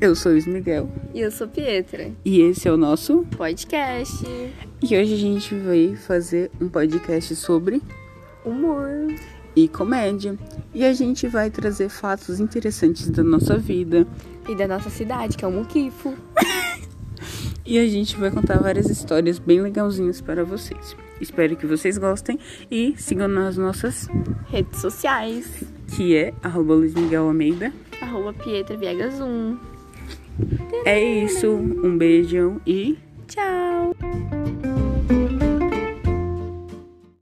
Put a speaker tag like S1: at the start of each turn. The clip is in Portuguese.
S1: Eu sou o Luiz Miguel
S2: E eu sou Pietra,
S1: e esse é o nosso.
S2: podcast,
S1: E hoje a gente veio fazer um podcast sobre
S2: humor,
S1: e comédia. E a gente vai trazer fatos interessantes da nossa vida.
S2: e da nossa cidade, que é o Muquifo.
S1: E a gente vai contar várias histórias bem legalzinhas para vocês. Espero que vocês gostem e sigam nas nossas,
S2: Redes sociais,
S1: que é arroba Luiz Miguel Almeida.
S2: arroba Pietra Viegas 1.
S1: É isso, um beijo e
S2: Tchau!